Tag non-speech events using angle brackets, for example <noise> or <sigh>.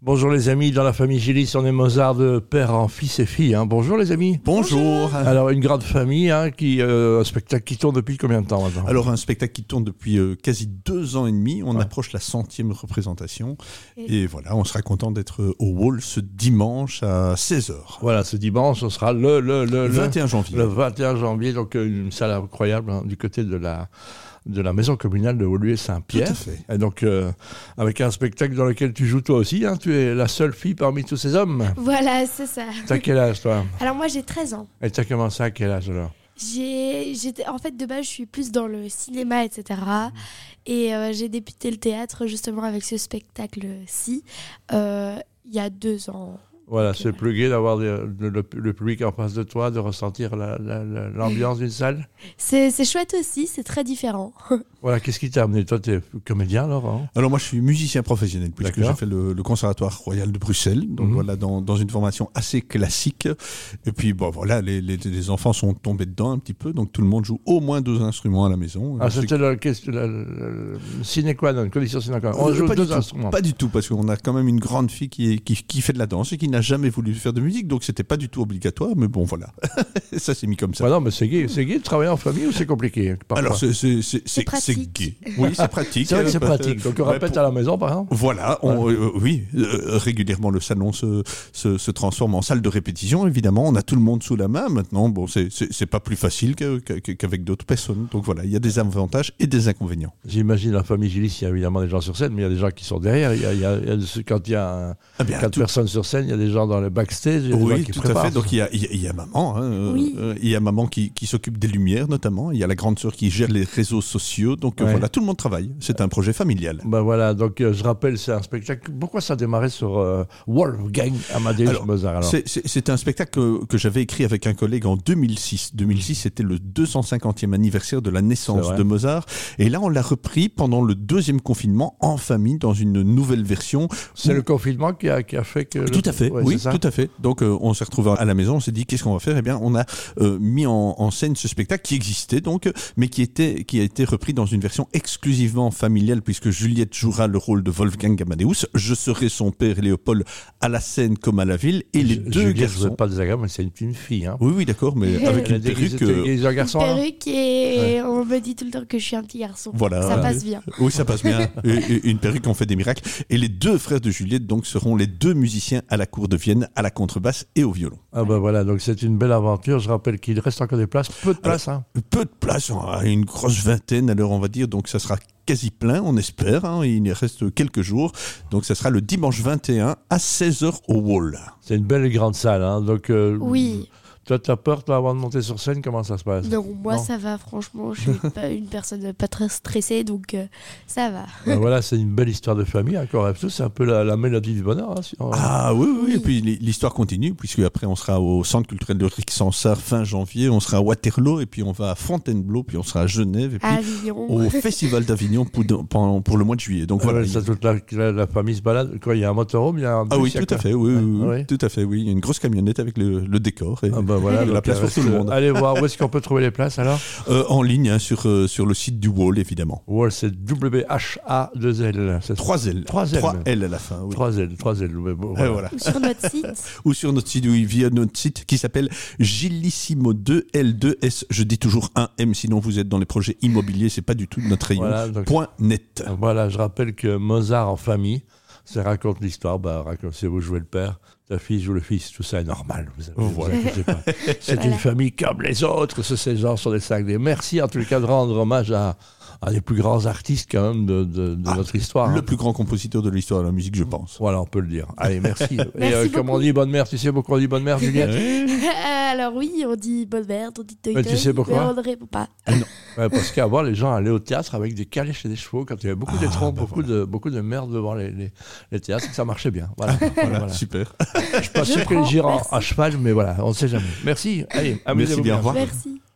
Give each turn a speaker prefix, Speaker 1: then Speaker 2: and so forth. Speaker 1: Bonjour les amis, dans la famille Gélis, on est Mozart de père en fils et fille. hein. Bonjour les amis.
Speaker 2: Bonjour.
Speaker 1: Alors une grande famille, hein, qui, euh, un spectacle qui tourne depuis combien de temps maintenant
Speaker 2: Alors un spectacle qui tourne depuis euh, quasi deux ans et demi, on
Speaker 1: Ouais.
Speaker 2: approche la centième représentation
Speaker 3: Et-
Speaker 2: et voilà, on sera content d'être euh, au Wall ce dimanche à 16h,
Speaker 1: Voilà, ce dimanche, ce sera le, le, le, le,
Speaker 2: 21 janvier.
Speaker 1: le 21 janvier, donc euh, une salle incroyable hein, du côté de la, de la maison communale de
Speaker 2: Tout
Speaker 1: Woluwe-Saint-Pierre.
Speaker 2: à fait.
Speaker 1: Et donc, euh, avec un spectacle dans lequel tu joues toi aussi, hein, tu es la seule fille parmi tous ces hommes.
Speaker 3: Voilà, c'est ça.
Speaker 1: T'as quel âge toi
Speaker 3: Alors moi j'ai 13 ans.
Speaker 1: Et t'as commencé à quel âge alors
Speaker 3: J'ai, j'étais, en fait de base je suis plus dans le cinéma, etc.
Speaker 1: Mm.
Speaker 3: Et euh, j'ai débuté le théâtre justement avec ce spectacle-ci euh, il y a deux ans.
Speaker 1: Voilà,
Speaker 3: Ok.
Speaker 1: c'est plus gai d'avoir des- le, le- le public en face de toi, de ressentir la- la- la- l'ambiance d'une salle.
Speaker 3: C'est, c'est chouette aussi, c'est très différent.
Speaker 1: Voilà, qu'est-ce qui t'a amené Toi, t'es comédien, Laurent
Speaker 2: Alors moi je suis musicien professionnel puisque
Speaker 1: D'accord.
Speaker 2: j'ai fait le, le conservatoire royal de Bruxelles, donc
Speaker 1: Mhm.
Speaker 2: voilà dans, dans une formation assez classique. Et puis bon voilà, les, les- les enfants sont tombés dedans un petit peu, donc tout le monde joue au moins deux instruments à la maison.
Speaker 1: Ah,
Speaker 2: Je sais
Speaker 1: c'était la, qu'est-ce que la- la- la- sine qua non, condition sine qua non. On
Speaker 2: Euh,
Speaker 1: joue
Speaker 2: pas du
Speaker 1: deux
Speaker 2: tout.
Speaker 1: instruments.
Speaker 2: Pas du tout, parce qu'on a quand même une grande fille qui, est- qui, qui fait de la danse et qui n'a jamais voulu faire de musique, donc c'était pas du tout obligatoire, mais bon, voilà. <laughs> ça s'est mis comme ça.
Speaker 1: Ouais, Bah non, mais c'est gay, c'est gay de travailler en famille ou c'est compliqué parfois
Speaker 2: Alors, c'est- c'est- c'est c'est- c'est
Speaker 3: pratique.
Speaker 2: gay. Oui, c'est pratique.
Speaker 1: <laughs> C'est vrai que c'est
Speaker 2: Euh,
Speaker 1: pratique. Donc, on
Speaker 2: ouais,
Speaker 1: répète
Speaker 2: pour-
Speaker 1: à la maison, par exemple.
Speaker 2: Voilà, on- euh, oui, euh, régulièrement le salon se, se, se transforme en salle de répétition, évidemment, on a tout le monde sous la main maintenant, bon, c'est- c'est c'est pas plus facile que- que- qu'avec d'autres personnes, donc voilà, il y a des avantages et des inconvénients.
Speaker 1: J'imagine la famille Gillis, il y a évidemment des gens sur scène, mais il y a des gens qui sont derrière. Il y a, il y a- il y a de- quand il y a un-
Speaker 2: Ah bien,
Speaker 1: quatre
Speaker 2: tout-
Speaker 1: personnes sur scène, il y a des gens dans le backstage. il y a des gens
Speaker 2: Oui,
Speaker 1: qui
Speaker 2: tout
Speaker 1: préparent.
Speaker 2: à fait. Donc il y a, il y a- il y a maman, hein, euh,
Speaker 3: Oui.
Speaker 2: euh, il y a maman qui, qui s'occupe des lumières notamment. Il y a la grande sœur qui gère les réseaux sociaux. Donc euh,
Speaker 1: Ouais.
Speaker 2: voilà, tout le monde travaille. C'est un projet familial.
Speaker 1: Ben voilà, donc euh, je rappelle, c'est un spectacle. Pourquoi ça a démarré sur euh, Wolfgang Amadeus
Speaker 2: Alors,
Speaker 1: Mozart alors
Speaker 2: C'est- C'est c'est un spectacle que, que j'avais écrit avec un collègue en 2006. 2006, c'était le 250e anniversaire de la
Speaker 1: C'est
Speaker 2: naissance
Speaker 1: vrai.
Speaker 2: de Mozart. Et là, on l'a repris pendant le deuxième confinement en famille dans une nouvelle version
Speaker 1: C'est le confinement qui a, qui a fait que. le-
Speaker 2: Euh, Tout à fait,
Speaker 1: Ouais,
Speaker 2: oui,
Speaker 1: c'est ça
Speaker 2: tout à fait. Donc euh, on s'est retrouvé à la maison, on s'est dit qu'est-ce qu'on va faire Eh bien, on a euh, mis en, en scène ce spectacle qui existait donc, mais qui était qui a été repris dans une version exclusivement familiale puisque Juliette jouera le rôle de Wolfgang Amadeus, je serai son père Léopold à la scène comme à la ville et les
Speaker 1: Je- je
Speaker 2: deux
Speaker 1: veux dire, je veux
Speaker 2: garçons.
Speaker 1: pas désagréable, mais c'est une, une fille. Hein.
Speaker 2: Oui, oui, d'accord,
Speaker 3: <laughs>
Speaker 2: mais avec
Speaker 1: Elle a
Speaker 2: une
Speaker 1: dit qu'ils
Speaker 2: perruque.
Speaker 1: étaient-
Speaker 2: euh,
Speaker 1: qu'ils étaient garçons, hein. alors
Speaker 3: Perruque et on me dit tout le temps que je suis un petit garçon.
Speaker 2: Voilà.
Speaker 1: Ah
Speaker 3: Ça passe bien.
Speaker 2: Oui, ça passe
Speaker 3: <laughs>
Speaker 2: bien. Et- et une perruque, on fait des miracles. Et les deux frères de Juliette, donc, seront les deux musiciens à la cour de Vienne, à la contrebasse et au violon.
Speaker 1: Ah ben voilà, donc c'est une belle aventure. Je rappelle qu'il reste encore des places, peu de places. Hein.
Speaker 2: peu de place, hein, une grosse vingtaine à l'heure on va dire, donc ça sera quasi plein, on espère, hein, il reste quelques jours, donc ça sera le dimanche 21 à 16h au Wall.
Speaker 1: C'est une belle et grande salle. Hein. Donc, euh,
Speaker 3: Oui.
Speaker 1: Toi, t'as peur toi, avant de monter sur scène Comment ça se passe
Speaker 3: Non, moi
Speaker 1: Non.
Speaker 3: ça va, franchement. Je suis
Speaker 1: <laughs>
Speaker 3: pas une personne pas très stressée, donc euh, ça va.
Speaker 1: Ben Voilà, c'est une belle histoire de famille. hein, qu'on rêve tous. c'est un peu la, la mélodie du bonheur. hein, si on-
Speaker 2: Ah oui, oui,
Speaker 3: Oui.
Speaker 2: et puis l'hi- l'histoire continue, puisque après on sera au centre culturel de Rixensart fin janvier, on sera à Waterloo, et puis on va à Fontainebleau, puis on sera à Genève, et puis
Speaker 3: À
Speaker 1: Ah,
Speaker 3: Avignon.
Speaker 1: Oh. <laughs>
Speaker 2: au Festival d'Avignon pour, pour- pour le mois de juillet. Donc
Speaker 1: Ah
Speaker 2: voilà,
Speaker 1: ouais, ça, toute la, la- la famille se balade. Quoi, il y a un motorhome, il y a un
Speaker 2: Ah
Speaker 1: bus,
Speaker 2: oui,
Speaker 1: il y a
Speaker 2: tout
Speaker 1: quoi
Speaker 2: à fait, oui, oui, oui,
Speaker 1: Ah, Ouais.
Speaker 2: tout à fait, oui, il y a une grosse camionnette avec le, le décor. et-
Speaker 1: Ah bah voilà,
Speaker 2: Il y a de la
Speaker 1: donc,
Speaker 2: place pour tout le
Speaker 1: reste,
Speaker 2: monde.
Speaker 1: euh, Allez
Speaker 2: <laughs>
Speaker 1: voir où est-ce qu'on peut trouver les places alors.
Speaker 2: euh, en ligne, hein, sur, euh, sur le site du Wall, évidemment.
Speaker 1: Wall, c'est W-H-A-2-L. c'est ça
Speaker 2: 3 L.
Speaker 1: Trois L.
Speaker 2: 3 L à la fin, oui.
Speaker 1: 3L, 3L. mais bon,
Speaker 2: Et
Speaker 1: voilà.
Speaker 2: voilà.
Speaker 3: Ou sur notre site.
Speaker 2: Ou sur notre site, oui, via notre site qui s'appelle Gillissimo2L2S. Je dis toujours 1M, sinon vous êtes dans les projets immobiliers, c'est pas du tout notre rayon.
Speaker 1: Voilà, donc-
Speaker 2: Point net.
Speaker 1: Voilà, je rappelle que Mozart en famille, ça raconte l'histoire. Bah, raconte, si vous jouez le père, ta fille joue le fils, tout ça est normal. Vous, vous
Speaker 2: Voilà.
Speaker 1: inquiétez
Speaker 2: <laughs>
Speaker 1: pas. C'est
Speaker 3: Voilà.
Speaker 1: une famille comme les autres, ce, ces gens sont des cinglés. Merci en tout cas de rendre hommage à un des plus grands artistes quand même de, de- de
Speaker 2: Ah,
Speaker 1: notre histoire.
Speaker 2: Le
Speaker 1: hein.
Speaker 2: plus grand compositeur de l'histoire de la musique, je pense.
Speaker 1: Voilà, on peut le dire. Allez,
Speaker 3: <laughs>
Speaker 1: merci. Et euh,
Speaker 3: Merci
Speaker 1: comme on
Speaker 3: beaucoup.
Speaker 1: dit bonne mère, tu sais pourquoi on dit bonne mère, Juliette
Speaker 3: <laughs> Alors oui, on dit bonne merde, on dit
Speaker 1: Mais tu sais pourquoi
Speaker 3: on ne répond pas.
Speaker 1: Ouais, parce qu'avant, les gens allaient au théâtre avec des calèches et des chevaux. Quand il y avait
Speaker 3: Ah,
Speaker 1: beaucoup d'étrons,
Speaker 3: bah
Speaker 1: beaucoup, de, beaucoup de merde devant les, les, les théâtres, et que ça marchait bien.
Speaker 3: <laughs>
Speaker 1: Voilà.
Speaker 2: Voilà,
Speaker 1: Voilà.
Speaker 2: super.
Speaker 1: Je suis pas
Speaker 3: Je
Speaker 1: sûr que
Speaker 3: prends,
Speaker 1: les gérants
Speaker 3: merci.
Speaker 1: à cheval, mais voilà, on ne sait jamais. Merci. Allez, amusez-vous
Speaker 2: bien, au revoir.
Speaker 3: Merci.